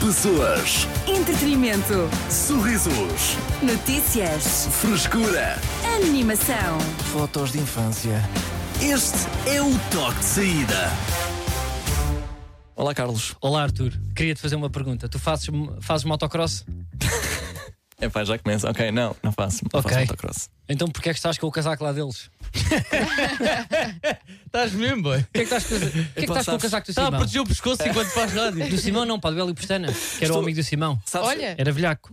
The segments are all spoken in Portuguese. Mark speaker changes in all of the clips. Speaker 1: Pessoas,
Speaker 2: Entretenimento.
Speaker 1: sorrisos,
Speaker 2: Notícias.
Speaker 1: frescura.
Speaker 2: Animação.
Speaker 3: Fotos de infância.
Speaker 1: Este é o toque de saída.
Speaker 3: Olá, Carlos.
Speaker 4: Olá, Arthur. Queria-te fazer uma pergunta. Tu fazes, fazes motocross?
Speaker 3: É pá, já começa. Ok, não, não faço. Não
Speaker 4: Ok.
Speaker 3: faço motocross.
Speaker 4: Então porquê é que estás com o casaco lá deles?
Speaker 5: Estás mesmo, boy?
Speaker 4: Porquê é que estás, com- porquê é que estás com o casaco do
Speaker 3: Tá,
Speaker 5: Está a
Speaker 4: Simão?
Speaker 5: proteger o pescoço enquanto faz rádio.
Speaker 4: Do Simão não, pá, do Hélio Pestana, que era
Speaker 3: Estou-
Speaker 4: o amigo do Simão.
Speaker 3: Sabes-
Speaker 6: Olha,
Speaker 4: Era velhaco.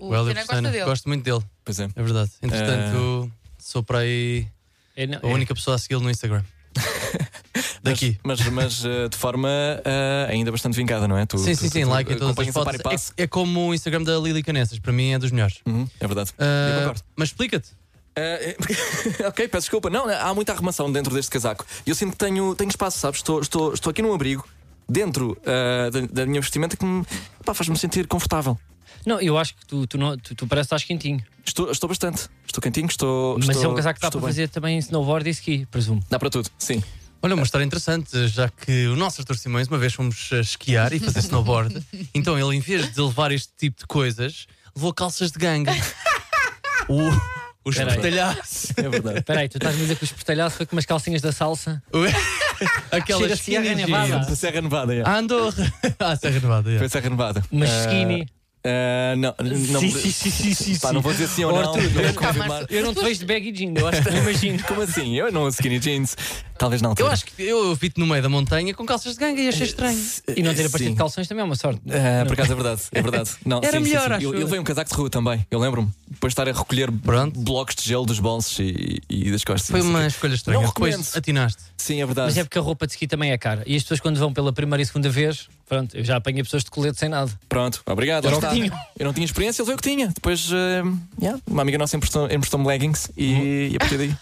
Speaker 6: o Helder gosta dele.
Speaker 5: Gosto muito dele,
Speaker 3: Pois é.
Speaker 5: é verdade. Entretanto, sou para aí
Speaker 4: É, não,
Speaker 5: a
Speaker 4: é-
Speaker 5: única pessoa a segui-lo no Instagram. Daqui.
Speaker 3: Mas, mas eh, de forma eh, ainda bastante vincada, não é? Tu,
Speaker 5: Sim,
Speaker 3: tu-
Speaker 5: sim,
Speaker 3: tu-
Speaker 5: sim,
Speaker 3: tu
Speaker 5: like em todas as
Speaker 3: acompanhas a par e
Speaker 5: fotos.
Speaker 3: passo.
Speaker 5: É, é como o Instagram da Lili Canessas, para mim é dos melhores.
Speaker 3: Uhum, é verdade.
Speaker 5: Ah,
Speaker 3: Eu concordo.
Speaker 5: mas explica-te.
Speaker 3: Eh, eh, ok, peço desculpa. Não, há muita arrumação dentro deste casaco. E eu sinto que tenho, tenho espaço, sabes? Estou, estou, estou aqui num abrigo, dentro eh, da, da minha vestimenta, que me, pá, faz-me sentir confortável.
Speaker 4: não, eu acho que tu, tu, não, tu, tu parece que estás quentinho.
Speaker 3: Estou, estou bastante. Estou quentinho, estou.
Speaker 4: Mas
Speaker 3: estou,
Speaker 4: é um casaco que dá
Speaker 3: estou
Speaker 4: para
Speaker 3: bem.
Speaker 4: fazer também snowboard e ski, presumo.
Speaker 3: Dá para tudo, sim.
Speaker 5: Olha, uma história interessante, já que o nosso Arthur Simões, uma vez fomos a esquiar e fazer snowboard, então ele, em vez de levar este tipo de coisas, levou calças de ganga. o, os
Speaker 4: Peraí.
Speaker 5: petalhaços.
Speaker 3: É verdade.
Speaker 4: Espera aí, tu estás-me a dizer que os portalhaços foi com umas calcinhas da salsa. Chega a
Speaker 5: Aquelas
Speaker 4: Sierra
Speaker 5: skinny
Speaker 4: Nevada.
Speaker 5: jeans.
Speaker 3: A Serra Nevada, é.
Speaker 5: A Andorra. Ah, Serra Nevada.
Speaker 3: Foi a
Speaker 5: Yeah.
Speaker 3: Serra Nevada.
Speaker 4: Mas
Speaker 3: Eh,
Speaker 4: skinny.
Speaker 3: eh, não, não.
Speaker 4: Sim, sim, sim, sim, sim,
Speaker 3: Pá,
Speaker 4: sim.
Speaker 3: não vou dizer sim ou não.
Speaker 4: Arthur,
Speaker 3: não vou
Speaker 4: eu-
Speaker 3: confirmar.
Speaker 4: Eu não te vejo de baggy jean, eu acho que não imagino.
Speaker 3: Como assim? Eu não skinny jeans. Talvez não.
Speaker 5: Eu acho que eu vi-te no meio da montanha com calças de ganga e
Speaker 4: É,
Speaker 5: achei estranho.
Speaker 4: E não ter aparecido calções também é uma sorte.
Speaker 3: Ah, por acaso é verdade, é verdade. Não,
Speaker 5: Era
Speaker 3: sim, sim,
Speaker 5: melhor,
Speaker 3: sim.
Speaker 5: acho
Speaker 3: Eu,
Speaker 5: eu.
Speaker 3: eu levei um casaco de rua também, eu lembro-me. Depois de estar a recolher
Speaker 5: Pronto.
Speaker 3: blocos de gelo dos bolsos e, e das costas.
Speaker 5: Foi
Speaker 3: Não sei
Speaker 5: uma
Speaker 3: o quê.
Speaker 5: escolha
Speaker 3: é
Speaker 5: estranha.
Speaker 3: assim, Não
Speaker 5: Depois
Speaker 3: recomendo.
Speaker 5: atinaste.
Speaker 3: Sim, é verdade.
Speaker 4: Mas é porque a roupa de ski também é cara. E as pessoas, quando vão pela primeira e segunda vez, pronto, eu já apanhei pessoas de colete sem nada.
Speaker 3: Pronto, obrigado. lá
Speaker 4: Era o que
Speaker 3: está.
Speaker 4: tinha.
Speaker 3: Eu não tinha experiência, eu levei o que tinha. Depois, ah, yeah, uma amiga nossa emprestou- emprestou-me leggings e, e a partir daí.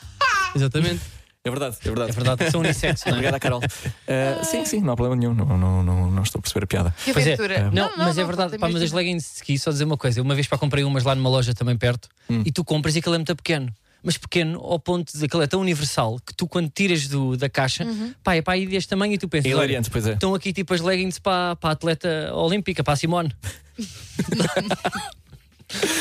Speaker 5: Exatamente.
Speaker 3: É verdade, é verdade.
Speaker 4: É verdade, são unissex, não é?
Speaker 3: Obrigado à Carol. Ah, sim, sim, não há problema nenhum. Não, não, não, não estou a perceber a piada.
Speaker 6: Que
Speaker 4: Pois é.
Speaker 6: aventura.
Speaker 4: Não, mas é verdade, pá, mas as leggings de ski, só dizer uma coisa, eu uma vez para comprei umas lá numa loja também perto
Speaker 3: Hum.
Speaker 4: e tu compras e aquilo é muito pequeno. Mas pequeno ao ponto de aquilo é tão universal que tu quando tiras do, da caixa, pá, é para aí deste tamanho e tu pensas.
Speaker 3: É
Speaker 4: olha,
Speaker 3: hilariante, pois é.
Speaker 4: Estão aqui tipo as leggings para, para a atleta olímpica, para a Simone.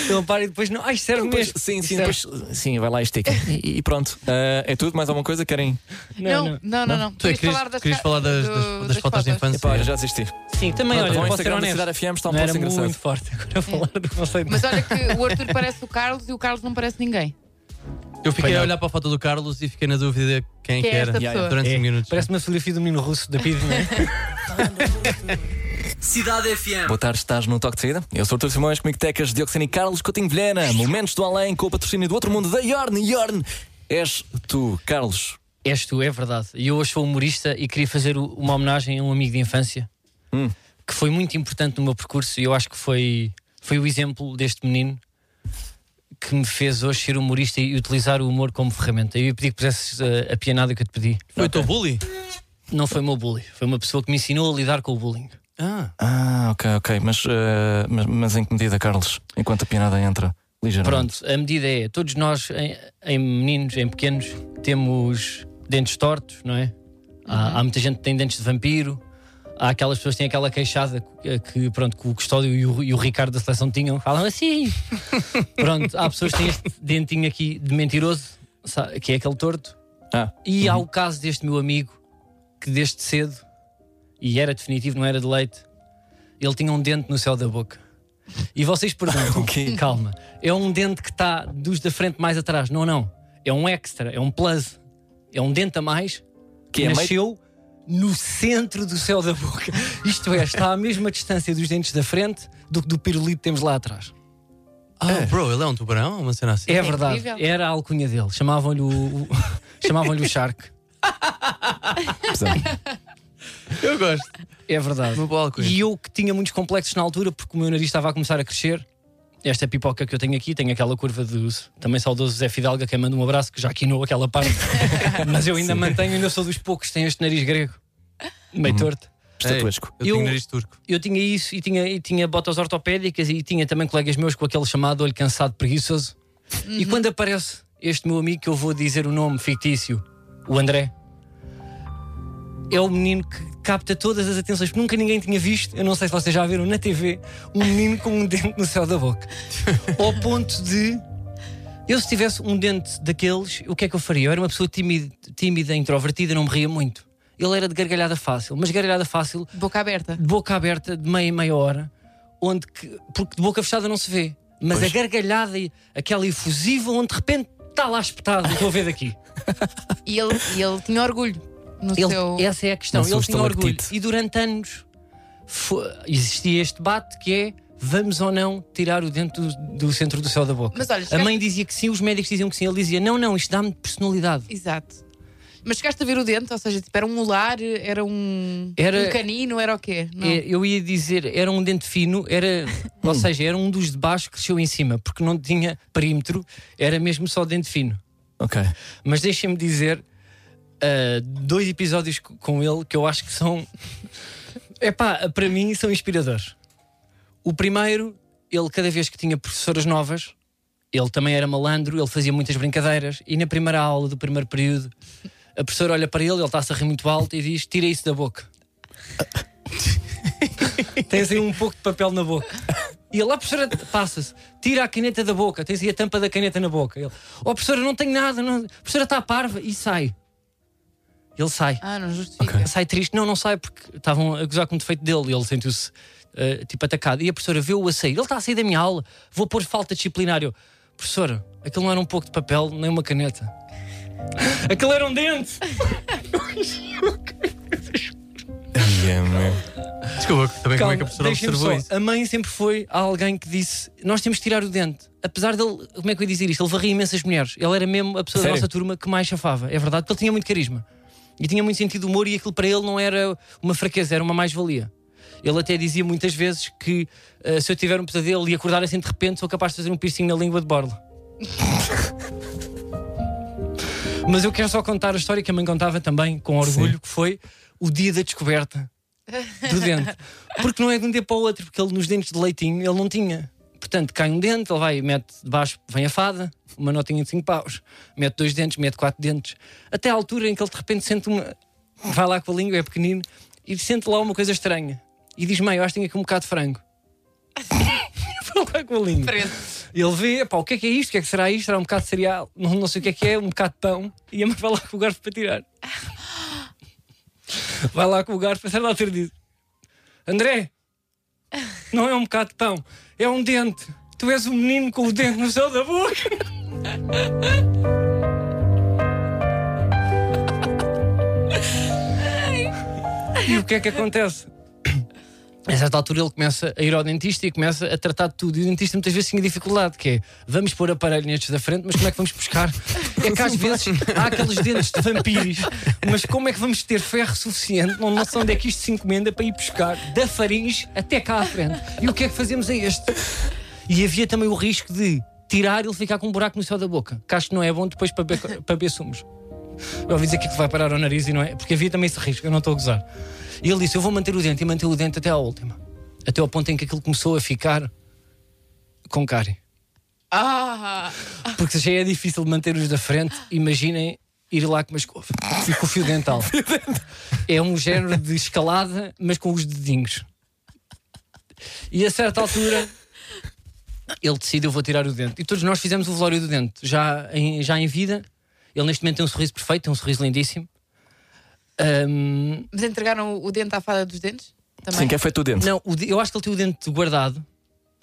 Speaker 4: Então para e depois não. Ai, serve
Speaker 3: Depois-
Speaker 4: mesmo.
Speaker 3: sim, sim,
Speaker 4: Serve.
Speaker 3: depois, sim, vai lá e estica. E, e pronto. Ah, é tudo? Mais alguma coisa? Querem?
Speaker 6: Não, não, não, não.
Speaker 5: Tu é que querias, querias falar das, das- das fotos de infância?
Speaker 3: Epá, olha, já desisti.
Speaker 4: Sim, também
Speaker 3: Pronto,
Speaker 4: olha,
Speaker 3: vão ao
Speaker 4: posso ser
Speaker 3: Instagram da Cidade
Speaker 4: honesto.
Speaker 3: FM, está um
Speaker 4: Não era
Speaker 3: post engraçado.
Speaker 4: muito forte agora a falar do conceito.
Speaker 6: Mas olha que o Arthur parece o Carlos e o Carlos não parece ninguém.
Speaker 5: Eu
Speaker 4: Foi
Speaker 5: fiquei a
Speaker 4: não.
Speaker 5: olhar para a foto do Carlos e fiquei na dúvida de quem
Speaker 6: Quem
Speaker 5: que
Speaker 6: é
Speaker 5: era
Speaker 6: esta
Speaker 3: Yeah,
Speaker 6: pessoa?
Speaker 5: durante
Speaker 4: É,
Speaker 5: 5 minutos.
Speaker 4: Parece uma fotografia do menino russo da PID, não é?
Speaker 1: Cidade FM.
Speaker 3: Boa tarde, estás no Toque de Saída? Eu sou o Artur Simões, comigo Tecas, Dioxina e Carlos Coutinho Vilhena. Momentos do Além com o patrocínio do Outro Mundo da Yorn. Yorn, és tu, Carlos.
Speaker 4: És tu, é verdade. E eu hoje sou humorista e queria fazer o- uma homenagem a um amigo de infância
Speaker 3: Hum.
Speaker 4: que foi muito importante no meu percurso e eu acho que foi, foi o exemplo deste menino que me fez hoje ser humorista e utilizar o humor como ferramenta. Eu ia pedir que pusesses eh, a pianada que eu te pedi.
Speaker 5: Foi o teu bully?
Speaker 4: Não foi o meu bullying, foi uma pessoa que me ensinou a lidar com o bullying.
Speaker 5: Ah,
Speaker 3: Ah, ok, ok. Mas, eh, mas, mas em que medida, Carlos? Enquanto a pianada entra? Ligeiramente.
Speaker 4: Pronto, a medida é: todos nós, em, em meninos, em pequenos, temos dentes tortos, não é? Há, há muita gente que tem dentes de vampiro, há aquelas pessoas que têm aquela queixada que, eh, que, pronto, que o Custódio e o, e o Ricardo da seleção tinham, falam assim. pronto, há pessoas que têm este dentinho aqui de mentiroso, sa- que é aquele torto.
Speaker 3: Ah,
Speaker 4: E há o caso deste meu amigo que, desde cedo, e era definitivo, não era de leite, ele tinha um dente no céu da boca. E vocês perguntam,
Speaker 3: quê?
Speaker 4: calma, é um dente que está dos da frente mais atrás. Não, não. É um extra, é um plus. É um dente a mais
Speaker 3: que
Speaker 4: que
Speaker 3: é meio.
Speaker 4: nasceu no centro do céu da boca. Isto é, está à mesma distância dos dentes da frente do que do pirulito que temos lá atrás.
Speaker 5: ah bro, ele é um tubarão? Uma cena assim?
Speaker 4: É verdade,
Speaker 6: incrível.
Speaker 4: era a alcunha dele. Chamavam-lhe o, o- chamavam-lhe o Shark.
Speaker 5: Eu gosto.
Speaker 4: É verdade.
Speaker 5: Uma boa alcunha.
Speaker 4: E eu que tinha muitos complexos na altura porque o meu nariz estava a começar a crescer. Esta é pipoca que eu tenho aqui tem aquela curva do também saudoso Zé Fidalga, que manda um abraço, que já quinou aquela parte. Mas eu ainda mantenho, ainda sou dos poucos que têm este nariz grego, meio
Speaker 5: Uhum.
Speaker 4: torto.
Speaker 3: Estatuesco.
Speaker 5: Eu, tenho
Speaker 4: Eu-
Speaker 5: nariz turco.
Speaker 4: Eu tinha isso e tinha, e tinha botas ortopédicas e tinha também colegas meus com aquele chamado olho cansado preguiçoso. E quando aparece este meu amigo, que eu vou dizer o nome fictício, o André, é o menino que, capta todas as atenções que nunca ninguém tinha visto. Eu não sei se vocês já viram na TV um menino com um dente no céu da boca. Ao ponto de. Eu, se tivesse um dente daqueles, o que é que eu faria? Eu era uma pessoa tímida, tímida introvertida, não me ria muito. Ele era de gargalhada fácil, mas gargalhada fácil
Speaker 6: Boca aberta.
Speaker 4: de boca aberta de meia em meia hora, onde que- porque de boca fechada não se vê. Mas a gargalhada, e aquela efusiva, onde de repente está lá espetado, estou a ver daqui.
Speaker 6: E ele, e ele tinha orgulho no
Speaker 4: Ele-
Speaker 6: seu.
Speaker 4: Essa é a questão.
Speaker 3: Não sou
Speaker 4: Ele tinha orgulho.
Speaker 3: estalactite.
Speaker 4: E durante anos fo- existia este debate que é vamos ou não tirar o dente do, do centro do céu da boca.
Speaker 6: Mas olha,
Speaker 4: a
Speaker 6: chegaste-
Speaker 4: mãe dizia que sim, os médicos diziam que sim. Ele dizia não, não, isto dá-me personalidade.
Speaker 6: Exato. Mas chegaste a ver o dente, ou seja, tipo, era um molar, era um,
Speaker 4: Era-
Speaker 6: um canino, era o quê? Não.
Speaker 4: É, Eu ia dizer, era um dente fino, era, ou seja, era um dos de baixo que cresceu em cima, porque não tinha perímetro, era mesmo só dente fino.
Speaker 3: Ok.
Speaker 4: Mas deixem-me dizer ah, dois episódios co- com ele que eu acho que são. Epá, para mim são inspiradores. O primeiro, ele cada vez que tinha professoras novas, ele também era malandro, ele fazia muitas brincadeiras e na primeira aula do primeiro período, a professora olha para ele, ele está-se a rir muito alto e diz: Tira isso da boca. Tens aí um pouco de papel na boca. E ele, a professora, passa-se, tira a caneta da boca, tens aí a tampa da caneta na boca. Ele, oh, professora, não tenho nada, não... a professora está parva e sai. Ele sai.
Speaker 6: Ah, não justifica.
Speaker 4: Sai triste, não, não sai porque estavam a gozar com o defeito dele e ele sentiu-se eh, tipo atacado. E a professora vê-o a sair, ele está a sair da minha aula, vou pôr falta disciplinar. Eu, professora, aquilo não era um pouco de papel nem uma caneta, aquilo era um dente.
Speaker 5: Desculpa, também como é que a professora
Speaker 4: deixem-me
Speaker 5: observou
Speaker 4: só.
Speaker 5: isso?
Speaker 4: A mãe sempre foi alguém que disse: Nós temos que tirar o dente. Apesar dele, como é que eu ia dizer isto? Ele varria imensas mulheres. Ele era mesmo a pessoa
Speaker 3: Sério?
Speaker 4: da nossa turma que mais chafava. É verdade, porque ele tinha muito carisma e tinha muito sentido de humor. E aquilo para ele não era uma fraqueza, era uma mais-valia. Ele até dizia muitas vezes que eh, se eu tiver um pesadelo e acordar assim de repente, sou capaz de fazer um piercing na língua de borla. Mas eu quero só contar a história que a mãe contava também com orgulho, que foi o dia da descoberta do dente. Porque não é de um dia para o outro, porque ele nos dentes de leitinho ele não tinha. Portanto, cai um dente, ele vai, mete debaixo, vem a fada, uma notinha de 5 paus, mete dois dentes, mete quatro dentes, até à altura em que ele de repente sente uma. Vai lá com a língua, é pequenino, e sente lá uma coisa estranha. E diz: Mãe, eu acho que tenho aqui um bocado de frango. Vai lá com a língua. Ele vê, pá, o que é que é isto? O que é que será isto? Será um bocado de cereal? Não, não sei o que é que é, um bocado de pão. E a mãe vai lá com o garfo para tirar. Vai lá com o garfo, a certa altura diz: André, não é um bocado de pão, é um dente. Tu és um menino com o dente no céu da boca. E o que é que acontece? A certa altura ele começa a ir ao dentista e começa a tratar de tudo. E o dentista muitas vezes tinha dificuldade, que é vamos pôr aparelho nestes da frente, mas como é que vamos buscar? É que às vezes há aqueles dentes de vampiros, mas como é que vamos ter ferro suficiente? Não noção onde é que isto se encomenda para ir buscar da faringe até cá à frente. E o que é que fazemos a este? E havia também o risco de tirar e ele ficar com um buraco no céu da boca, que acho que não é bom depois para beber, para beber sumos. Eu ouvi dizer que aquilo vai parar ao nariz e não é. Porque havia também esse risco, eu não estou a gozar. E ele disse: Eu vou manter o dente e manter o dente até à última. Até ao ponto em que aquilo começou a ficar com cárie.
Speaker 6: Ah,
Speaker 4: Porque já é difícil manter os da frente, imaginem ir lá com uma escova e com o fio dental. É um género de escalada, mas com os dedinhos. E a certa altura ele decide: Eu vou tirar o dente. E todos nós fizemos o velório do dente, já em, já em vida. Ele neste momento tem um sorriso perfeito, tem um sorriso lindíssimo. Ahm,
Speaker 6: mas entregaram o dente à fada dos dentes? Também.
Speaker 3: Sim, que é feito o dente.
Speaker 4: Não, o de- eu acho que ele tem o dente guardado.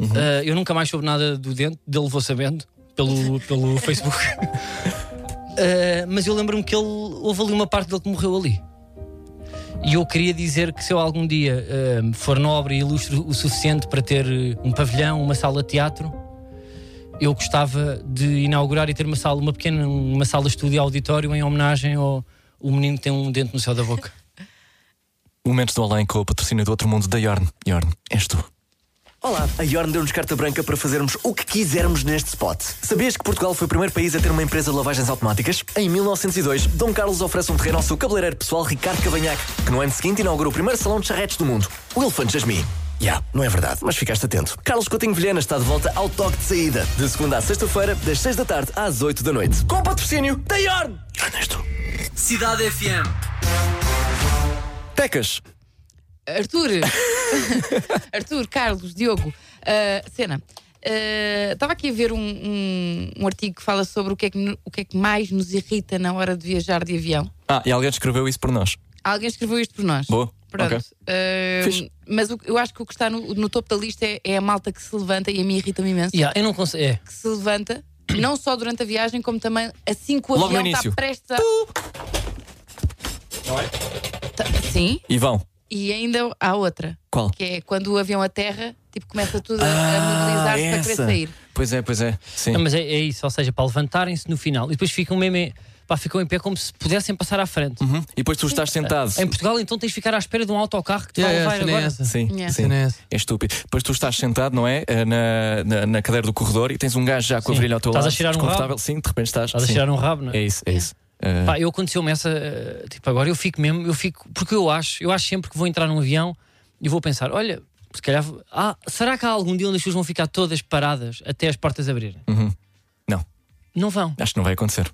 Speaker 4: Ah, eu nunca mais soube nada do dente, dele vou sabendo, pelo, pelo Facebook. Ah, mas eu lembro-me que ele houve ali uma parte dele que morreu ali. E eu queria dizer que se eu algum dia ah, for nobre e ilustre o suficiente para ter eh, um pavilhão, uma sala de teatro, eu gostava de inaugurar e ter uma sala, uma pequena, uma sala de estúdio auditório em homenagem ao o menino que tem um dente no céu da boca.
Speaker 3: Momentos do Além com o patrocínio do outro mundo da Yorn. Yorn, és tu.
Speaker 1: Olá, a Yorn deu-nos carta branca para fazermos o que quisermos neste spot. Sabias que Portugal foi o primeiro país a ter uma empresa de lavagens automáticas? Em 1902, Dom Carlos oferece um terreno ao seu cabeleireiro pessoal Ricardo Cavanhaque, que no ano seguinte inaugura o primeiro salão de charretes do mundo, o Elefante Jasmine. Já, não é verdade, mas ficaste atento. Carlos Coutinho Vilhena está de volta ao toque de saída, de segunda à sexta-feira, das seis da tarde às oito da noite. Com o patrocínio da Yorn! Ernesto. Cidade FM.
Speaker 3: Pecas.
Speaker 6: Arthur, Arthur, Carlos, Diogo, ah, Cena. ah, Estava aqui a ver um, um- um artigo que fala sobre o que, é que, no- o que é que mais nos irrita na hora de viajar de avião.
Speaker 3: Ah, e alguém escreveu isso por nós.
Speaker 6: Alguém escreveu isto por nós.
Speaker 3: Boa,
Speaker 6: Pronto.
Speaker 3: ok.
Speaker 6: Ah,
Speaker 3: Fixe.
Speaker 6: mas o- eu acho que o que está no, no topo da lista é, é a malta que se levanta e a mim irrita-me imenso.
Speaker 4: Yeah, eu não consigo. É.
Speaker 6: Que se levanta, não só durante a viagem, como também assim que o
Speaker 3: Logo no
Speaker 6: avião está
Speaker 3: início.
Speaker 6: prestes a. Tá- Sim,
Speaker 3: E vão.
Speaker 6: e ainda há outra.
Speaker 3: Qual?
Speaker 6: Que é quando o avião aterra, tipo, começa tudo a- a mobilizar-se para querer
Speaker 3: essa.
Speaker 6: sair.
Speaker 3: Pois é, pois é. Sim.
Speaker 4: Não, mas é, é isso, ou seja, para levantarem-se no final e depois ficam mesmo. em- Pá, ficam em pé como se pudessem passar à frente.
Speaker 3: Uhum. E depois tu
Speaker 4: É
Speaker 3: estás sentado.
Speaker 4: Em Portugal, então tens de ficar à espera de um autocarro que te vai
Speaker 5: Yeah, yeah, a
Speaker 4: levar
Speaker 5: cena é
Speaker 4: agora.
Speaker 5: essa.
Speaker 3: Sim,
Speaker 6: Yeah.
Speaker 3: sim.
Speaker 5: Cena é essa.
Speaker 3: É estúpido. Depois tu estás sentado, não é? Eh, Na, na, na cadeira do corredor e tens um gajo já com a
Speaker 4: Sim.
Speaker 3: virilha ao teu
Speaker 4: Estás a
Speaker 3: lado.
Speaker 4: cheirar um
Speaker 3: desconfortável.
Speaker 4: rabo?
Speaker 3: Sim, de repente estás.
Speaker 4: Estás a
Speaker 3: sim.
Speaker 4: tirar um rabo, não é?
Speaker 3: É isso, é isso. Eh,
Speaker 4: Pá, eu aconteceu-me essa. eh, Tipo, agora eu fico mesmo, eu fico. Porque eu acho, eu acho sempre que vou entrar num avião e vou pensar: olha, se calhar. vou- Ah, será que há algum dia onde as pessoas vão ficar todas paradas até as portas abrirem?
Speaker 3: Uhum. Não.
Speaker 4: Não vão.
Speaker 3: acho que não vai acontecer.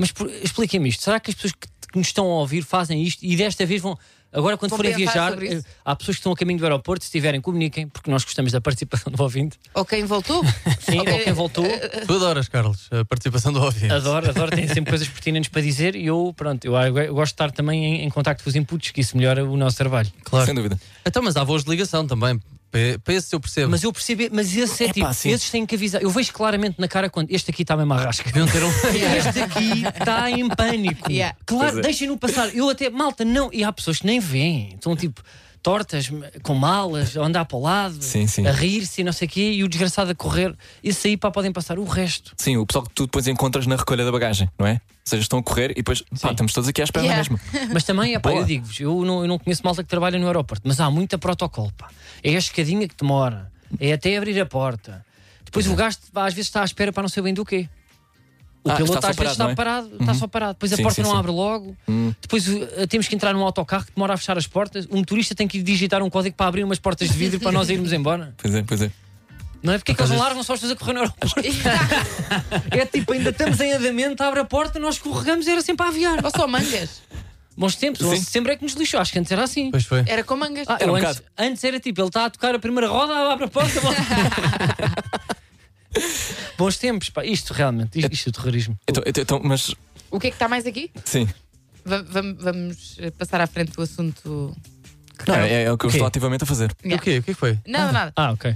Speaker 4: Mas por- expliquem-me isto: será que as pessoas que, que nos estão a ouvir fazem isto e desta vez vão. Agora, quando
Speaker 6: Vão
Speaker 4: forem
Speaker 6: pensar
Speaker 4: viajar,
Speaker 6: sobre isso?
Speaker 4: eh, há pessoas que estão a caminho do aeroporto, se tiverem, comuniquem, porque nós gostamos da participação do ouvinte.
Speaker 6: Ou quem voltou?
Speaker 4: Sim, ou quem voltou.
Speaker 6: Eh,
Speaker 5: Tu adoras, Carlos, a participação do ouvinte.
Speaker 4: Adoro, adoro, tem sempre coisas pertinentes para dizer e eu, pronto, eu, eu gosto de estar também em, em contacto com os inputs, que isso melhora o nosso trabalho.
Speaker 5: Claro.
Speaker 3: Sem dúvida.
Speaker 5: Então, mas há voos de ligação também. Para para esse eu percebo.
Speaker 4: Mas eu percebi, mas esse é
Speaker 3: Epá,
Speaker 4: tipo,
Speaker 3: sim.
Speaker 4: esses têm que avisar. Eu vejo claramente na cara quando este aqui está mesmo à rasca.
Speaker 5: Deviam ter um.
Speaker 4: Este aqui está em pânico.
Speaker 6: Yeah.
Speaker 4: Claro,
Speaker 3: Pois é.
Speaker 4: deixem-no passar. Eu até, malta, não. E há pessoas que nem veem. Estão tipo tortas, com malas, a andar para o lado,
Speaker 3: Sim, sim.
Speaker 4: a rir-se e não sei o quê, e o desgraçado a correr. Isso aí, pá, podem passar. O resto.
Speaker 3: Sim, o pessoal que tu depois encontras na recolha da bagagem, não é? Ou seja, estão a correr e depois. Pá, estamos todos aqui à espera
Speaker 6: Yeah.
Speaker 3: mesmo.
Speaker 4: Mas também, é pá,
Speaker 3: Boa.
Speaker 4: eu digo-vos, eu não, eu não conheço malta que trabalha no aeroporto, mas há muita protocolo, pá. É a escadinha que demora, é até abrir a porta. Depois o gasto às vezes está à espera para não sei bem do quê. O
Speaker 3: Ah,
Speaker 4: piloto
Speaker 3: está só
Speaker 4: às vezes
Speaker 3: parado, não
Speaker 4: está
Speaker 3: é?
Speaker 4: parado, está só parado. Depois
Speaker 3: Sim,
Speaker 4: a porta
Speaker 3: sim, Hum.
Speaker 4: não
Speaker 3: sim.
Speaker 4: abre logo. Depois uh, temos que entrar num autocarro que demora a fechar as portas. O motorista tem que ir digitar um código para abrir umas portas de vidro para nós irmos embora.
Speaker 3: Pois é, pois é.
Speaker 4: Não é? Porque é que eles não largam só as pessoas a correr no aeroporto? é tipo, ainda estamos em andamento, abre a porta, nós escorregamos e era sempre a aviar.
Speaker 6: Ou só mangas?
Speaker 4: Bons tempos, o 11 de setembro é que nos lixou. Acho que antes era assim.
Speaker 5: Pois foi.
Speaker 6: Era com mangas?
Speaker 4: Ah,
Speaker 3: Era
Speaker 4: eu
Speaker 3: um
Speaker 4: antes, antes era tipo, ele está a tocar a primeira roda, abre a porta. bom. Bons tempos, pá. Isto realmente, isto, isto é terrorismo.
Speaker 3: Então, então- então, mas.
Speaker 6: O que é que está mais aqui?
Speaker 3: Sim.
Speaker 6: Va- vam- vamos eh, passar à frente do assunto.
Speaker 3: Não, é, é o que eu
Speaker 4: Ok.
Speaker 3: estou ativamente a fazer.
Speaker 5: O quê? O que é que foi?
Speaker 6: Nada, nada.
Speaker 4: Ah, ok.
Speaker 6: Uh,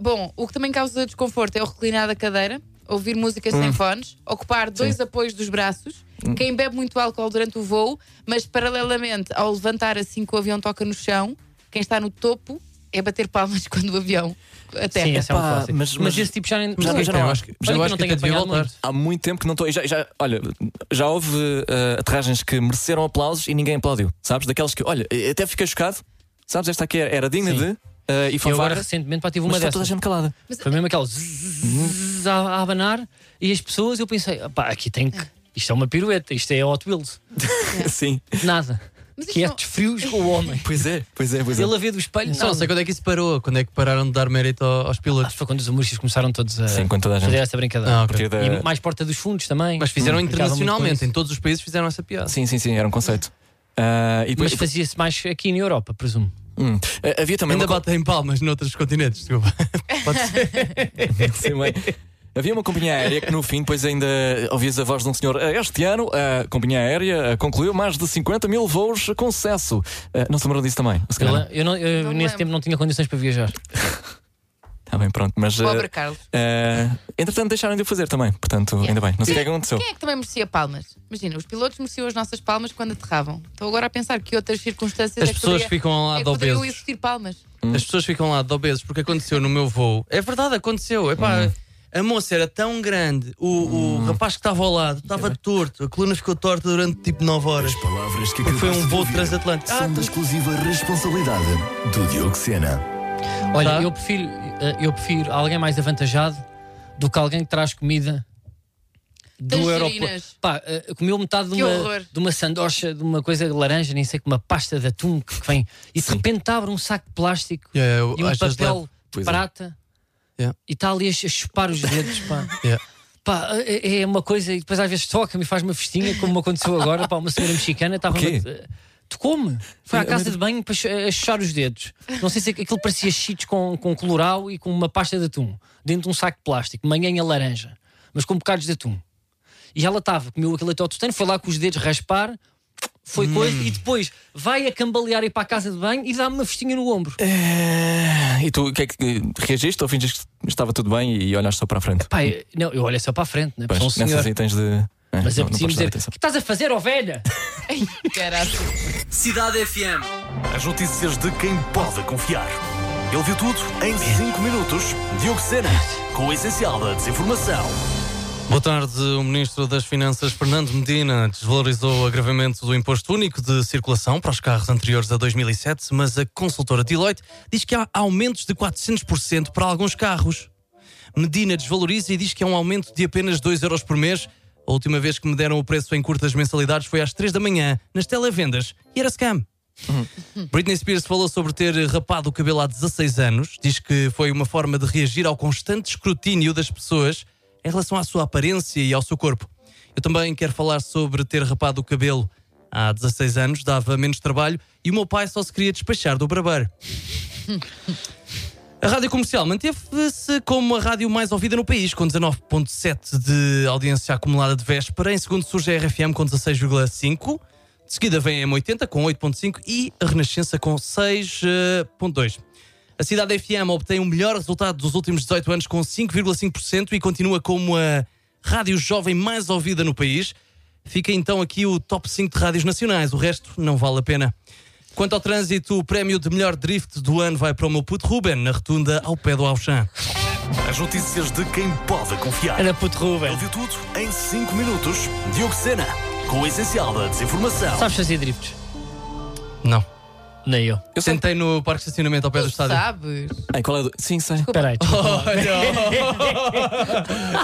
Speaker 6: bom, o que também causa desconforto é o reclinar da cadeira, ouvir músicas sem
Speaker 4: Hum.
Speaker 6: fones, ocupar dois apoios dos braços. Quem bebe muito álcool durante o voo, mas paralelamente ao levantar assim que o avião toca no chão, quem está no topo é bater palmas quando o avião aterra.
Speaker 4: Sim, esse é um
Speaker 3: Epá,
Speaker 4: clássico.
Speaker 3: mas-
Speaker 4: Mas,
Speaker 3: mas-
Speaker 4: esse tipo já nem.
Speaker 3: já-
Speaker 4: Olha
Speaker 3: já
Speaker 4: que
Speaker 3: não
Speaker 5: eu
Speaker 3: há.
Speaker 5: acho que, mas
Speaker 4: Olha
Speaker 5: eu
Speaker 4: que
Speaker 5: acho
Speaker 4: não
Speaker 5: que
Speaker 4: tenho
Speaker 5: até devia
Speaker 4: apanhado
Speaker 5: voltar.
Speaker 4: muito.
Speaker 3: Há muito tempo que não estou. e Já, já, olha, já houve eh, aterragens que mereceram aplausos e ninguém aplaudiu. Sabes? Daquelas que, olha, eh, até fiquei chocado. Sabes? Esta aqui era, era digna
Speaker 4: Sim.
Speaker 3: de. eh, e foi
Speaker 4: Eu agora
Speaker 3: vaga,
Speaker 4: recentemente pá, tive
Speaker 3: mas
Speaker 4: uma
Speaker 3: está toda a
Speaker 4: dessas.
Speaker 3: gente calada.
Speaker 4: Foi mesmo aquele zzzz a, a abanar e as pessoas, eu pensei, pá, aqui tem que. Isto é uma pirueta, isto é Hot Wheels. É.
Speaker 3: Sim.
Speaker 4: Nada.
Speaker 6: Mas isto não-
Speaker 4: Quietos, frios com o homem.
Speaker 3: Pois é, pois é, pois é.
Speaker 4: Ele a ver do espelho,
Speaker 5: Só não
Speaker 4: nada.
Speaker 5: sei quando é que isso parou, quando é que pararam de dar mérito ao- aos
Speaker 4: Ah,
Speaker 5: pilotos.
Speaker 4: foi quando os humoristas começaram todos a
Speaker 3: Sim, quando toda a gente-
Speaker 4: fazer essa brincadeira.
Speaker 5: Ah,
Speaker 3: A partir da-
Speaker 4: E mais Porta dos Fundos também.
Speaker 5: Mas fizeram
Speaker 4: Brincavam muito com
Speaker 5: internacionalmente,
Speaker 4: isso.
Speaker 5: então, em todos os países fizeram essa piada.
Speaker 3: Sim, sim, sim, era um conceito. Ah, e depois,
Speaker 4: Mas fazia-se mais aqui na Europa, presumo.
Speaker 3: Hum, ah, havia também
Speaker 5: Ainda
Speaker 3: uma,
Speaker 5: batem palmas noutros continentes, desculpa. Pode ser.
Speaker 3: Sim, bem. Havia uma companhia aérea que no fim depois ainda ouvias a voz de um senhor. "Ah, Este ano a companhia aérea ah, concluiu mais de 50 mil voos com sucesso. Ah, Não se lembram disso também? Se
Speaker 4: Eu,
Speaker 3: calhar.
Speaker 4: eu não- eu
Speaker 6: Não
Speaker 4: nesse
Speaker 6: lembro.
Speaker 4: tempo não tinha condições para viajar.
Speaker 5: Tá.
Speaker 3: Está bem, pronto. Mas, ah,
Speaker 6: Pobre Carlos.
Speaker 3: ah, entretanto, deixaram de o fazer também. Portanto, ainda bem. Não sei o que é que aconteceu.
Speaker 6: Quem é que também merecia palmas? Imagina, os pilotos mereciam as nossas palmas quando aterravam. Estou agora a pensar que outras circunstâncias
Speaker 5: As
Speaker 6: é que
Speaker 5: pessoas
Speaker 6: poderia-
Speaker 5: ficam ao
Speaker 6: é que
Speaker 5: lado
Speaker 6: poderiam
Speaker 5: obesos.
Speaker 6: existir palmas.
Speaker 5: As pessoas ficam lá de obesos porque aconteceu no meu voo. É verdade, aconteceu. Epá, A moça era tão grande, o, o rapaz que estava ao lado estava torto, a coluna ficou torta durante tipo 9 horas.
Speaker 7: Palavras que
Speaker 5: Foi
Speaker 7: acabaste
Speaker 5: um
Speaker 7: de
Speaker 5: voo
Speaker 7: ouvir
Speaker 5: transatlântico. Ah,
Speaker 7: São da
Speaker 5: tu-
Speaker 7: exclusiva responsabilidade do Diogo Sena.
Speaker 4: Olha,
Speaker 5: Tá.
Speaker 4: eu, prefiro, eh, eu prefiro alguém mais avantajado do que alguém que traz comida do
Speaker 6: Tangerinas.
Speaker 4: aeroporto. Pá, eh, comeu metade de
Speaker 6: Que
Speaker 4: uma,
Speaker 6: horror.
Speaker 4: de uma sandocha, de uma coisa de laranja, nem sei, com uma pasta de atum que que vem. E de repente abre um saco de plástico
Speaker 5: Yeah, eh, eu
Speaker 4: e um
Speaker 5: às vezes
Speaker 4: papel
Speaker 5: levo.
Speaker 4: de
Speaker 3: Pois é.
Speaker 4: prata
Speaker 5: Yeah.
Speaker 4: e está ali a ch- a chupar os dedos, pá.
Speaker 5: Yeah.
Speaker 4: Pá, é é uma coisa, e depois às vezes toca-me e faz uma festinha, como aconteceu agora, pá, uma senhora mexicana estava
Speaker 3: O quê? É,
Speaker 4: numa- Tocou-me. Foi à
Speaker 3: Eu- eu
Speaker 4: casa
Speaker 3: lembro-
Speaker 4: de banho para ch- achar os dedos. Não sei se aqu- aquilo parecia cheats com, com coloral e com uma pasta de atum, dentro de um saco de plástico, manhã laranja, mas com bocados de atum. E ela estava, comeu aquele até tutano, foi lá com os dedos raspar, foi
Speaker 3: Hum.
Speaker 4: coisa, e depois vai a cambalear e para a casa de banho e dá-me uma festinha no ombro.
Speaker 3: É. E tu, o que é que reagiste ou fingiste que estava tudo bem e olhaste só para a frente?
Speaker 4: Pai, não, eu olho só para a frente, né? Porque
Speaker 3: Pois,
Speaker 4: sou um
Speaker 3: nessas
Speaker 4: senhor.
Speaker 3: aí tens de. é, não- não
Speaker 4: Mas é preciso
Speaker 3: podes dar
Speaker 4: dizer: o
Speaker 3: atenção.
Speaker 4: que estás a fazer, ó velha?
Speaker 6: Caralho.
Speaker 8: Cidade FM.
Speaker 7: As notícias de quem pode confiar. Ele viu tudo em 5 minutos. Diogo Sena, com o essencial da desinformação.
Speaker 5: Boa tarde. O Ministro das Finanças, Fernando Medina, desvalorizou o agravamento do imposto único de circulação para os carros anteriores a 2007, mas a consultora Deloitte diz que há aumentos de 400% para alguns carros. Medina desvaloriza e diz que é um aumento de apenas 2 euros por mês. A última vez que me deram o preço em curtas mensalidades foi às 3 da manhã, nas televendas, e era scam. Britney Spears falou sobre ter rapado o cabelo há 16 anos. Diz que foi uma forma de reagir ao constante escrutínio das pessoas em relação à sua aparência e ao seu corpo. Eu também quero falar sobre ter rapado o cabelo há 16 anos, dava menos trabalho e o meu pai só se queria despachar do barbeiro. A rádio comercial manteve-se como a rádio mais ouvida no país, com 19,7% de audiência acumulada de véspera. Em segundo surge a RFM com 16,5%. De seguida vem a M80 com 8,5% e a Renascença com 6,2%. A Cidade FM obtém o melhor resultado dos últimos 18 anos com 5,5% e continua como a rádio jovem mais ouvida no país. Fica então aqui o top 5 de rádios nacionais, o resto não vale a pena. Quanto ao trânsito, o prémio de melhor drift do ano vai para o meu puto Ruben, na rotunda ao pé do Auchan.
Speaker 7: As notícias de quem pode confiar.
Speaker 4: Era puto Ruben.
Speaker 7: Ele viu tudo em 5 minutos. Diogo Sena, com o essencial da desinformação.
Speaker 4: Sabes fazer drifts?
Speaker 5: Não.
Speaker 4: Nem eu.
Speaker 5: Eu sentei no parque de estacionamento ao pé do
Speaker 6: Tu
Speaker 5: estádio.
Speaker 6: sabes?
Speaker 3: Ai, qual é do... Sim, sei.
Speaker 4: Espera aí.
Speaker 5: Olha,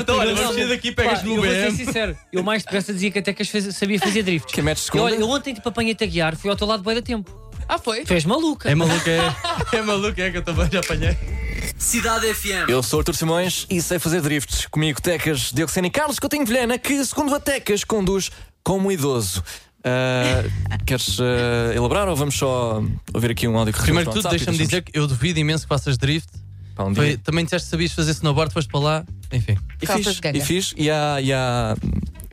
Speaker 4: Então,
Speaker 5: olha, vamos sair daqui, pegas-me
Speaker 4: Eu
Speaker 5: no
Speaker 4: vou ser
Speaker 5: BM.
Speaker 4: sincero, eu mais depressa dizia que até que as fez- sabia fazer drifts.
Speaker 3: Que metes
Speaker 4: Eu,
Speaker 3: segunda?
Speaker 4: olha, eu ontem tipo apanhei-te a guiar, fui ao teu lado bem da tempo.
Speaker 6: Ah, foi?
Speaker 4: Tu és maluca.
Speaker 5: É maluco, é. É maluco, é que eu também já apanhei.
Speaker 8: Cidade FM.
Speaker 3: Eu sou Artur Simões e sei fazer drifts. Comigo, Tecas, Dioxena e Carlos Coutinho Vilhena, que, segundo a Tecas, conduz como um idoso. Ah, queres ah, elaborar ou vamos só ouvir aqui um áudio que recebemos
Speaker 5: Primeiro
Speaker 3: no
Speaker 5: de tudo,
Speaker 3: WhatsApp e
Speaker 5: deixa-me
Speaker 3: deixamos
Speaker 5: dizer que eu duvido imenso que faças drift.
Speaker 3: para um
Speaker 5: Foi-
Speaker 3: dia.
Speaker 5: também disseste que sabias fazer snowboard, foste para lá. Enfim.
Speaker 3: E
Speaker 6: Calças
Speaker 3: fiz,
Speaker 6: de ganga.
Speaker 3: e fiz, e há, e há,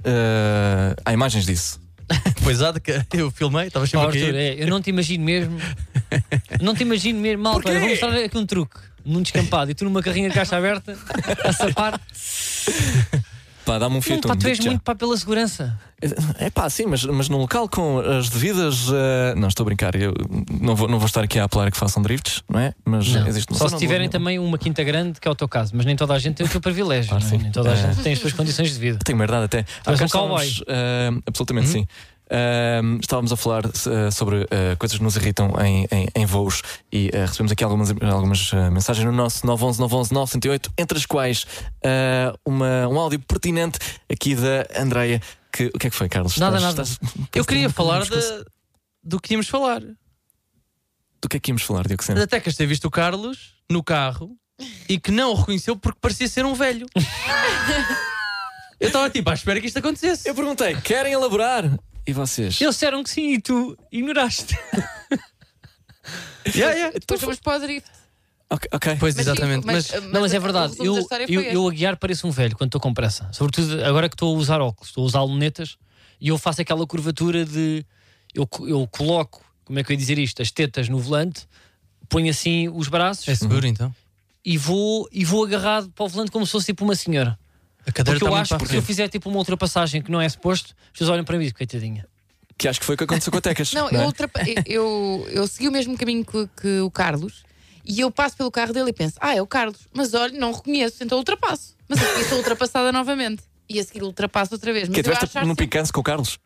Speaker 3: ah, há imagens disso.
Speaker 5: Pois há, de que eu filmei, estava
Speaker 4: Ó,
Speaker 5: sempre aqui.
Speaker 4: Arthur, é, eu não te imagino mesmo. Não te imagino mesmo mal. Olha, vou mostrar aqui um truque. Num descampado e tu numa carrinha de caixa aberta a sapar.
Speaker 3: Pá, dá-me um
Speaker 4: Não,
Speaker 3: fio
Speaker 4: Hum, pá, tu és muito pá pela segurança.
Speaker 3: É pá, sim, mas, mas num local com as devidas. ah, Não, estou a brincar, eu não vou, não vou estar aqui a apelar a que façam drifts, não é? Mas
Speaker 4: Não.
Speaker 3: existe
Speaker 4: Só
Speaker 3: noção,
Speaker 4: se
Speaker 3: não
Speaker 4: tiverem
Speaker 3: vou-
Speaker 4: também uma quinta grande, que é o teu caso, mas nem toda a gente tem o teu privilégio,
Speaker 3: Claro,
Speaker 4: não é?
Speaker 3: sim.
Speaker 4: nem toda a
Speaker 3: É.
Speaker 4: gente tem as suas condições de vida.
Speaker 3: Tenho verdade até. Há
Speaker 4: és um
Speaker 3: bocado
Speaker 4: cowboy.
Speaker 3: estávamos, ah, absolutamente sim. Ah, estávamos a falar ah, sobre ah, coisas que nos irritam em, em- em voos e ah, recebemos aqui algumas, algumas ah, mensagens no nosso 911 911 908, entre as quais ah, uma, um áudio pertinente aqui da Andreia. Que, o que é que foi, Carlos?
Speaker 4: Nada,
Speaker 3: Estás-
Speaker 4: nada.
Speaker 3: estás-
Speaker 5: Eu queria falar
Speaker 3: Estás-
Speaker 5: de- do que íamos falar.
Speaker 3: Do que é que íamos falar, Diogo Sena?
Speaker 5: Até que ter visto o Carlos no carro e que não o reconheceu porque parecia ser um velho. eu estava tipo à espera que isto acontecesse.
Speaker 3: Eu perguntei, querem elaborar? E vocês?
Speaker 4: Eles disseram que sim e tu ignoraste.
Speaker 5: Yeah, yeah.
Speaker 6: Depois fomos para o drift.
Speaker 3: Então, Ok, ok.
Speaker 5: Pois,
Speaker 6: Mas eh, sim,
Speaker 5: exatamente. Mas,
Speaker 4: Não, mas é verdade.
Speaker 6: o resumo
Speaker 4: Eu,
Speaker 6: da história foi
Speaker 4: eu,
Speaker 6: este.
Speaker 4: eu a guiar pareço um velho quando estou com pressa. Sobretudo agora que estou a usar óculos, estou a usar lunetas e eu faço aquela curvatura de. Eu, co- eu coloco, como é que eu ia dizer isto? As tetas no volante, ponho assim os braços
Speaker 5: é seguro então.
Speaker 4: e, vou, e vou agarrado para o volante como se fosse tipo uma senhora.
Speaker 5: A cadeira
Speaker 4: Porque
Speaker 5: está
Speaker 4: eu
Speaker 5: muito
Speaker 4: acho
Speaker 5: para
Speaker 4: que
Speaker 5: a
Speaker 4: se eu
Speaker 5: frente.
Speaker 4: fizer tipo uma ultrapassagem que não é suposto, as pessoas olham para mim e dizem, coitadinha.
Speaker 3: Que acho que foi o que aconteceu com a Tecas.
Speaker 6: Não,
Speaker 3: é?
Speaker 6: eu, ultrapa- eu, eu segui o mesmo caminho que, que o Carlos e eu passo pelo carro dele e penso: Ah, é o Carlos, mas olha, não reconheço, então ultrapasso. Mas aqui estou ultrapassada novamente. E a seguir ultrapasso outra vez. Mas
Speaker 3: Que
Speaker 6: eu assim- a
Speaker 3: tiveste
Speaker 6: achar
Speaker 3: num
Speaker 6: sempre-
Speaker 3: picanço com o Carlos.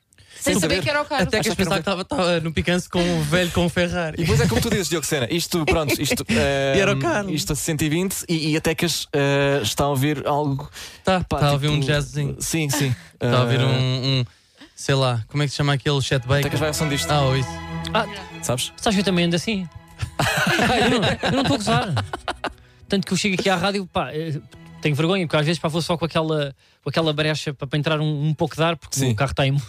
Speaker 3: sem
Speaker 6: sem saber
Speaker 3: saber.
Speaker 6: que era o Carlos.
Speaker 5: Até que eu pensava
Speaker 3: um
Speaker 5: que estava- estava no picanço com um velho com um
Speaker 3: E
Speaker 5: Ferrari.
Speaker 3: depois é como tu dizes, Diogo Sena. Isto, pronto, isto. ehm,
Speaker 5: E era o Carlos.
Speaker 3: Isto a 120 e, e a Tecas eh, está a ouvir algo.
Speaker 5: Está
Speaker 3: pá,
Speaker 5: a ouvir
Speaker 3: tipo, eh,
Speaker 5: um jazzzinho.
Speaker 3: Sim, sim.
Speaker 5: Está a ouvir um, um- Sei lá, como é que se chama aquele chat
Speaker 3: A Tecas
Speaker 5: bacon?
Speaker 3: vai ao som disto,
Speaker 5: Ah, ou isso.
Speaker 4: Ah,
Speaker 3: sabes?
Speaker 4: sabes que eu também ando assim? eu não- eu não estou a gozar. Tanto que eu chego aqui à rádio, pá, eh, tenho vergonha, porque às vezes pá, vou só com aquela, com aquela brecha pá, para entrar um, um pouco de ar, porque
Speaker 3: Sim.
Speaker 4: o carro está imundo.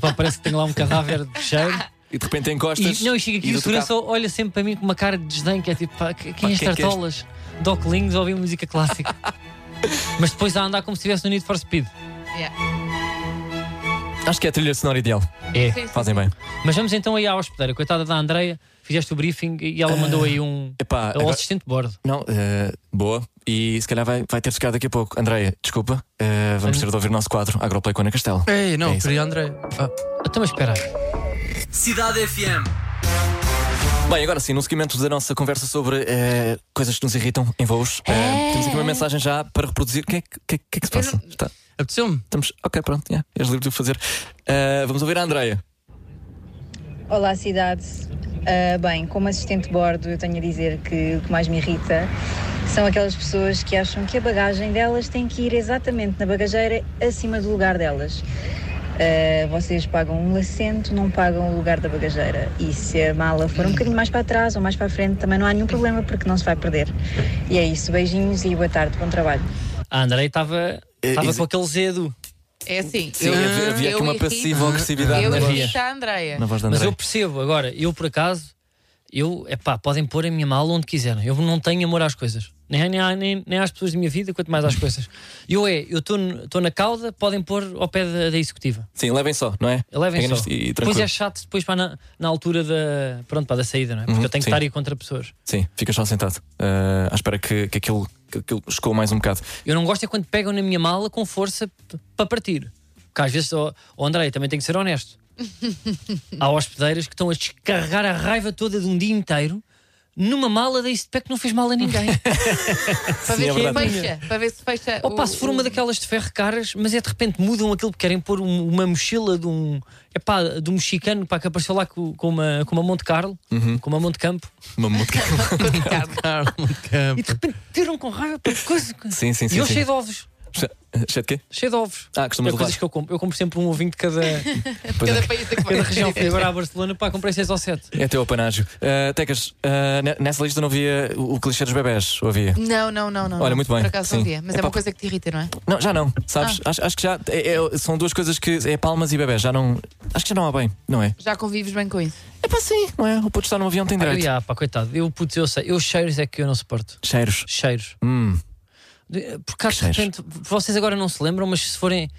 Speaker 4: só parece que tem lá um cadáver de cheiro.
Speaker 3: E de repente encostas.
Speaker 4: E, não, e chega aqui e
Speaker 3: do
Speaker 4: o
Speaker 3: teu
Speaker 4: segurança olha sempre para mim com uma cara de desdém, que é tipo, pá, que-
Speaker 3: Pá,
Speaker 4: quem
Speaker 3: quem
Speaker 4: é
Speaker 3: é que és?
Speaker 4: Tartolas? Doc Lings ouvir música clássica. Mas depois a andar como se estivesse no Need for Speed.
Speaker 3: carro. Acho que é a trilha sonora ideal.
Speaker 4: É.
Speaker 6: Sim, sim,
Speaker 3: Fazem
Speaker 6: sim.
Speaker 3: bem.
Speaker 4: Mas vamos então aí à hospedeira. Coitada da Andreia, fizeste o briefing e ela mandou aí um.
Speaker 3: Epá,
Speaker 4: É o
Speaker 3: Ah. agora-
Speaker 4: assistente de bordo.
Speaker 3: Não, eh, boa. E se calhar vai, vai ter de chegar daqui a pouco. Andreia, desculpa. eh, vamos ter de ouvir o nosso quadro Agroplay com Ana Castelo.
Speaker 5: Ei, não,
Speaker 3: É isso.
Speaker 5: queria André. Ah,
Speaker 4: Então, mas espera aí.
Speaker 8: Cidade FM,
Speaker 3: Bem, agora sim, no seguimento da nossa conversa sobre eh, coisas que nos irritam em voos,
Speaker 4: É.
Speaker 3: eh, temos aqui uma mensagem já para reproduzir. O que é que, que, que é que se passa? Está-
Speaker 5: Apeteceu-me.
Speaker 3: estamos. Ok, pronto, yeah, és livre de o fazer. Eh, vamos ouvir a Andreia.
Speaker 9: Olá, cidade. Ah, bem, como assistente de bordo, eu tenho a dizer que o que mais me irrita são aquelas pessoas que acham que a bagagem delas tem que ir exatamente na bagageira acima do lugar delas. Ah, vocês pagam um assento, não pagam o lugar da bagageira. E se a mala for um bocadinho mais para trás ou mais para a frente, também não há nenhum problema porque não se vai perder. E é isso, beijinhos e boa tarde, bom trabalho.
Speaker 4: A Andreia estava
Speaker 3: É,
Speaker 4: estava
Speaker 3: isso-
Speaker 4: com aquele zedo.
Speaker 6: É assim.
Speaker 3: Sim,
Speaker 6: eu,
Speaker 3: havia, havia aqui
Speaker 6: eu
Speaker 3: uma
Speaker 6: irrito-
Speaker 3: passiva agressividade
Speaker 6: Eu
Speaker 3: na, voz,
Speaker 6: irrito a Andreia.
Speaker 3: na voz da
Speaker 4: Mas
Speaker 3: Andreia.
Speaker 4: eu percebo. Agora, eu por acaso, eu, é pá, podem pôr a minha mala onde quiserem. Eu não tenho amor às coisas. Nem, nem, nem, nem às pessoas da minha vida, quanto mais às coisas. Eu é, eu estou na cauda, podem pôr ao pé da, da executiva.
Speaker 3: Sim, levem só, não é?
Speaker 4: Levem
Speaker 3: Peguem
Speaker 4: só.
Speaker 3: nisto E, e
Speaker 4: depois
Speaker 3: tranquilo.
Speaker 4: é chato, depois pá, na, na altura da, pronto, pá, da saída, não é? Porque
Speaker 3: Uhum,
Speaker 4: eu tenho
Speaker 3: sim.
Speaker 4: que estar aí contra pessoas.
Speaker 3: Sim, fica só sentado. Eh, à espera que, que aquilo, que aquilo escoa mais um bocado.
Speaker 4: Eu não gosto é quando pegam na minha mala com força p- para partir. Porque às vezes, ó ó André, também tem que ser honesto. Há hospedeiras que estão a descarregar a raiva toda de um dia inteiro numa mala da Eastpak que não fez mal a ninguém.
Speaker 6: Para
Speaker 3: Sim, é
Speaker 6: ver se
Speaker 3: verdade.
Speaker 6: fecha. Para ver se fecha.
Speaker 4: Opa,
Speaker 6: o-
Speaker 4: se for uma
Speaker 6: o-
Speaker 4: daquelas de ferro caras, mas é de repente mudam aquilo porque querem pôr um- uma mochila de um, epá, de um mexicano pá, que apareceu lá com, com uma, com uma Monte Carlo,
Speaker 3: Uhum.
Speaker 4: com uma Monte Campo,
Speaker 3: Uma música.
Speaker 5: Carmo de Campo.
Speaker 4: e de repente tiram com raiva para coisa.
Speaker 3: Sim, sim, sim.
Speaker 4: E eu
Speaker 3: sim.
Speaker 4: cheio de ovos,
Speaker 3: Che- Cheio de quê?
Speaker 4: cheio de ovos.
Speaker 3: Ah,
Speaker 4: É
Speaker 3: costumas levar.
Speaker 4: coisas que eu compro. Eu compro sempre um ovinho de cada,
Speaker 3: Pois é.
Speaker 6: Cada país é que
Speaker 4: cada
Speaker 6: vai.
Speaker 4: região. Fui agora à Barcelona, pá, comprei 6 ou 7.
Speaker 3: É teu apanágio. Uh, Tecas, uh, ne- nessa lista não havia o o clichê dos bebés, ou havia?
Speaker 6: Não, não, não, não.
Speaker 3: Olha,
Speaker 6: não.
Speaker 3: muito bem,
Speaker 6: Por acaso
Speaker 3: sim.
Speaker 6: não via. Mas é,
Speaker 3: Epá,
Speaker 6: uma coisa que te irrita, não é?
Speaker 3: Não, já não, sabes?
Speaker 4: Ah.
Speaker 3: Acho, acho que já. é- é- são duas coisas que. É palmas e bebés, já não. Acho que já não há bem, não é?
Speaker 6: Já convives bem com isso.
Speaker 3: É para sim, não é? O puto está num avião tem
Speaker 4: Eu,
Speaker 3: direito.
Speaker 4: ia, ah, pá, coitado, eu, putz, eu sei, eu cheiros é que eu não suporto.
Speaker 3: Cheiros.
Speaker 4: Cheiros.
Speaker 3: Hum.
Speaker 4: De- Porque há de
Speaker 3: Cheiros.
Speaker 4: repente, vocês agora não se lembram, mas se forem.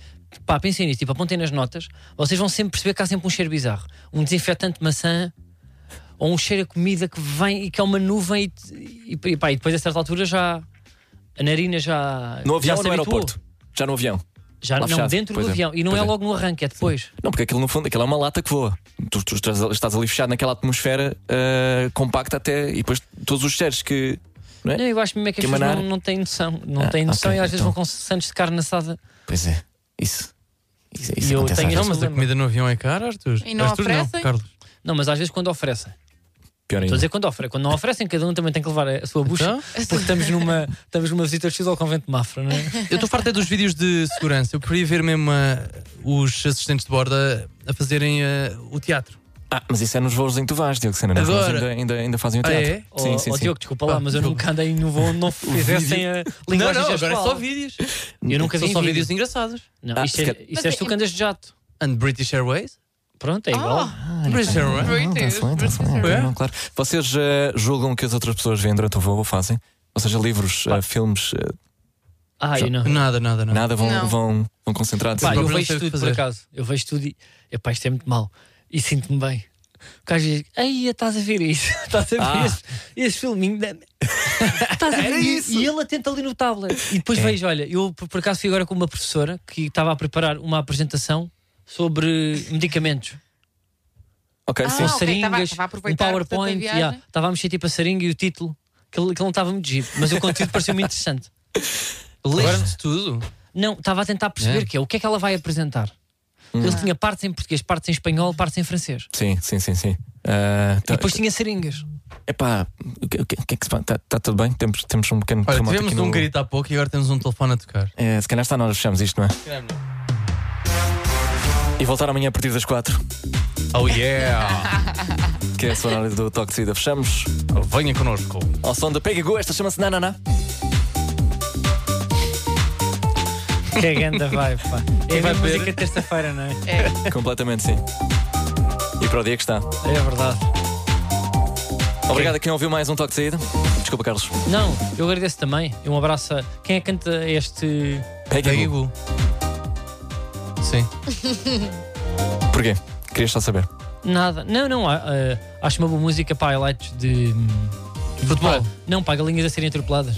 Speaker 4: Pá, pensem nisso, tipo, apontem nas notas, vocês vão sempre perceber que há sempre um cheiro bizarro. Um desinfetante de maçã ou um cheiro a comida que vem e que é uma nuvem e, e, e, pá, e depois a certa altura já. A narina já.
Speaker 3: No avião
Speaker 4: já
Speaker 3: ou
Speaker 4: se
Speaker 3: no
Speaker 4: habituou.
Speaker 3: aeroporto? Já no avião.
Speaker 4: Já,
Speaker 3: Lá
Speaker 4: não,
Speaker 3: fechado,
Speaker 4: dentro
Speaker 3: pois
Speaker 4: do
Speaker 3: é,
Speaker 4: avião. E não
Speaker 3: pois
Speaker 4: é
Speaker 3: é.
Speaker 4: logo no arranque, é depois.
Speaker 3: Não, porque aquilo no fundo aquilo é uma lata que voa. Tu, tu estás, estás ali fechado naquela atmosfera uh, compacta até. E depois todos os cheiros que. Não é?
Speaker 4: Não, eu acho mesmo é que as
Speaker 3: Que
Speaker 4: pessoas
Speaker 3: manar-
Speaker 4: não, não têm noção. Não
Speaker 3: Ah,
Speaker 4: têm noção
Speaker 3: ok,
Speaker 4: e às vezes
Speaker 3: então.
Speaker 4: vão com santos de carne assada.
Speaker 3: Pois é, isso. Isso,
Speaker 4: E
Speaker 3: isso
Speaker 4: eu
Speaker 3: acontece
Speaker 4: tenho-
Speaker 3: às
Speaker 5: Não,
Speaker 3: vezes.
Speaker 5: mas a comida no avião é cara, Arthur.
Speaker 6: E não
Speaker 5: Arthur, não,
Speaker 6: oferecem?
Speaker 5: Carlos.
Speaker 4: Não, mas às vezes quando oferecem.
Speaker 3: Pior ainda.
Speaker 4: Estou a dizer quando oferecem. Quando não oferecem, cada um também tem que levar a sua bucha.
Speaker 5: Então?
Speaker 4: Porque estamos numa, estamos numa visita X ao convento de Mafra, não é?
Speaker 5: Eu estou farto é dos vídeos de segurança. Eu queria ver mesmo ah, os assistentes de bordo a, a fazerem ah, o teatro.
Speaker 3: Ah, mas isso é nos voos em que tu vais, Diogo Sena. Nos voos
Speaker 5: Agora.
Speaker 3: ainda, ainda, ainda fazem o
Speaker 5: Ah,
Speaker 3: teatro.
Speaker 5: é?
Speaker 3: Sim,
Speaker 4: Ó-
Speaker 3: sim, Ah,
Speaker 4: ó
Speaker 3: sim.
Speaker 4: Oh, Diogo, desculpa lá, mas eu nunca andei num voo onde não fizessem a
Speaker 5: Não,
Speaker 4: linguagem
Speaker 5: não, agora é
Speaker 4: gestual.
Speaker 5: só vídeos.
Speaker 4: Eu nunca vi
Speaker 5: São só
Speaker 4: vídeo.
Speaker 5: vídeos engraçados.
Speaker 4: Não,
Speaker 3: Ah,
Speaker 4: isto
Speaker 3: se
Speaker 4: é,
Speaker 3: calhar-
Speaker 4: isto és tu que andas de jato.
Speaker 5: And British Airways.
Speaker 4: Pronto, é igual.
Speaker 5: British Airways.
Speaker 3: Não, tá-se bem, tá-se bem.
Speaker 4: É?
Speaker 5: British.
Speaker 3: Não, claro. Vocês eh, julgam o que as outras pessoas veem durante o voo ou fazem? Ou seja, livros, eh, filmes, eh,
Speaker 4: Ah, eu não.
Speaker 5: Nada, nada, nada.
Speaker 3: nada, vão,
Speaker 6: Não.
Speaker 3: vão, vão concentrados.
Speaker 4: Pá,
Speaker 5: Sim,
Speaker 4: eu
Speaker 5: não
Speaker 4: vejo
Speaker 5: sei o que
Speaker 4: tudo por
Speaker 5: fazer.
Speaker 4: acaso. Eu vejo tudo e. Epá, isto é muito mal. E sinto-me bem. Porque às vezes. Ei, estás a ver isso? Estás a ver
Speaker 3: Ah.
Speaker 4: esse, esse filminho? da- Estás a ver e- E ele atenta ali no tablet. É. E depois vejo, olha, eu por, por acaso fui agora com uma professora que estava a preparar uma apresentação sobre medicamentos.
Speaker 3: Ok, sim.
Speaker 4: Com
Speaker 6: Ah, ok, estava-
Speaker 4: seringas,
Speaker 6: estava a
Speaker 4: um
Speaker 6: aproveitar, portanto, a
Speaker 4: PowerPoint.
Speaker 6: viagem.
Speaker 4: yeah. Estava a mexer tipo a seringa e o título. Que ele que ele não estava muito giro, mas o conteúdo pareceu-me interessante.
Speaker 5: Leste tudo.
Speaker 4: Não, estava a tentar perceber
Speaker 5: É.
Speaker 4: que é, Hum. o que é que ela vai apresentar. Ele tinha partes em português, partes em espanhol, partes em francês.
Speaker 3: Sim, sim, sim, sim. Eh,
Speaker 4: E
Speaker 3: tá-
Speaker 4: depois tinha seringas.
Speaker 3: Epá, o que, o que- o que é que se passa? Está tá tudo bem? Temos, temos um pequeno
Speaker 5: Olha,
Speaker 3: terremoto
Speaker 5: tivemos
Speaker 3: aqui no...
Speaker 5: um grito há pouco e agora temos um telefone a tocar.
Speaker 3: Eh, se calhar está na hora, fechamos isto, não é? E voltar amanhã a partir das quatro,
Speaker 5: Oh yeah!
Speaker 3: que é a sonora do Toque de Saída. Fechamos
Speaker 5: Venha connosco.
Speaker 3: ao som da Pega Go. Esta chama-se Nanana.
Speaker 4: Que é ganda vibe, pá. É
Speaker 5: vai
Speaker 4: a
Speaker 5: ver?
Speaker 4: música de terça-feira, não é?
Speaker 3: Completamente sim. E para o dia que está.
Speaker 4: É verdade.
Speaker 3: Obrigado a quem ouviu mais um toque de saída. Desculpa, Carlos.
Speaker 4: Não, eu agradeço também. E um abraço a quem é que canta este.
Speaker 3: Peggy Goo.
Speaker 5: Digo. Sim.
Speaker 3: Porquê? Querias só saber.
Speaker 4: Nada. Não, não. ah, ah, acho uma boa música para highlights de.
Speaker 5: Futebol.
Speaker 4: Pá, não, para galinhas a serem atropeladas.